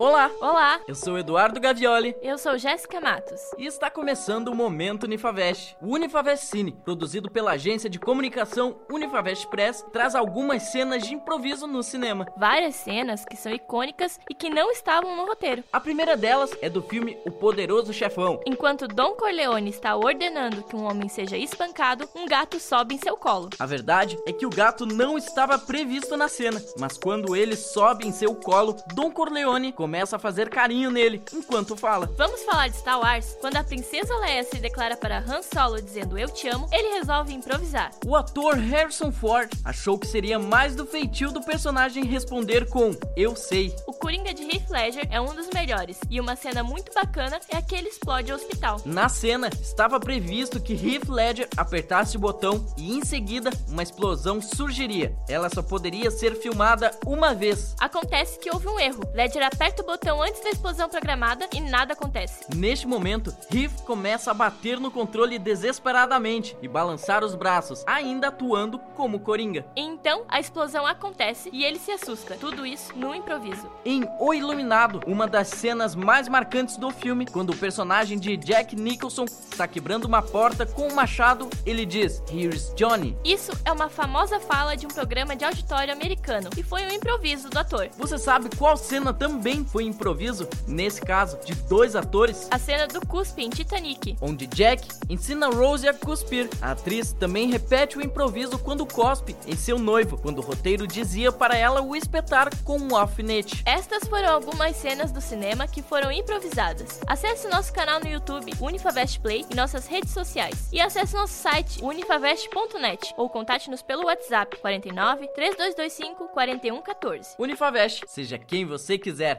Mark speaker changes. Speaker 1: Olá,
Speaker 2: Olá,
Speaker 1: eu sou Eduardo Gavioli
Speaker 2: eu sou Jéssica Matos.
Speaker 1: e está começando o Momento Unifavest. O Unifavest Cine, produzido pela agência de comunicação Unifavest Press, traz algumas cenas de improviso no cinema.
Speaker 2: Várias cenas que são icônicas e que não estavam no roteiro.
Speaker 1: A primeira delas é do filme O Poderoso Chefão.
Speaker 2: Enquanto Dom Corleone está ordenando que um homem seja espancado, um gato sobe em seu colo.
Speaker 1: A verdade é que o gato não estava previsto na cena, mas quando ele sobe em seu colo, Don Corleone começa a fazer carinho nele enquanto fala.
Speaker 2: Vamos falar de Star Wars? Quando a princesa Leia se declara para Han Solo dizendo eu te amo, ele resolve improvisar.
Speaker 1: O ator Harrison Ford achou que seria mais do feitio do personagem responder com Eu sei.
Speaker 2: O Coringa de Heath Ledger é um dos melhores, e uma cena muito bacana é a que ele explode o hospital.
Speaker 1: Na cena, estava previsto que Heath Ledger apertasse o botão e em seguida uma explosão surgiria. Ela só poderia ser filmada uma vez.
Speaker 2: Acontece que houve um erro. Ledger aperta o botão antes da explosão programada e nada acontece.
Speaker 1: Neste momento, Heath começa a bater no controle desesperadamente e balançar os braços, ainda atuando como Coringa.
Speaker 2: E então a explosão acontece e ele se assusta. Tudo isso no improviso.
Speaker 1: Em O Iluminado, uma das cenas mais marcantes do filme, quando o personagem de Jack Nicholson está quebrando uma porta com um machado, ele diz: Here's Johnny.
Speaker 2: Isso é uma famosa fala de um programa de auditório americano e foi um improviso do ator.
Speaker 1: Você sabe qual cena também foi improviso? Nesse caso, de dois atores?
Speaker 2: A cena do cuspe em Titanic.
Speaker 1: Onde Jack ensina Rose a cuspir. A atriz também repete o improviso quando cospe em seu noivo, quando o roteiro dizia para ela o espetar com um alfinete.
Speaker 2: Estas foram algumas cenas do cinema que foram improvisadas. Acesse nosso canal no YouTube, Unifavest Play, e nossas redes sociais. E acesse nosso site, unifavest.net, ou contate-nos pelo WhatsApp 49 3225 4114.
Speaker 1: Unifavest, seja quem você quiser.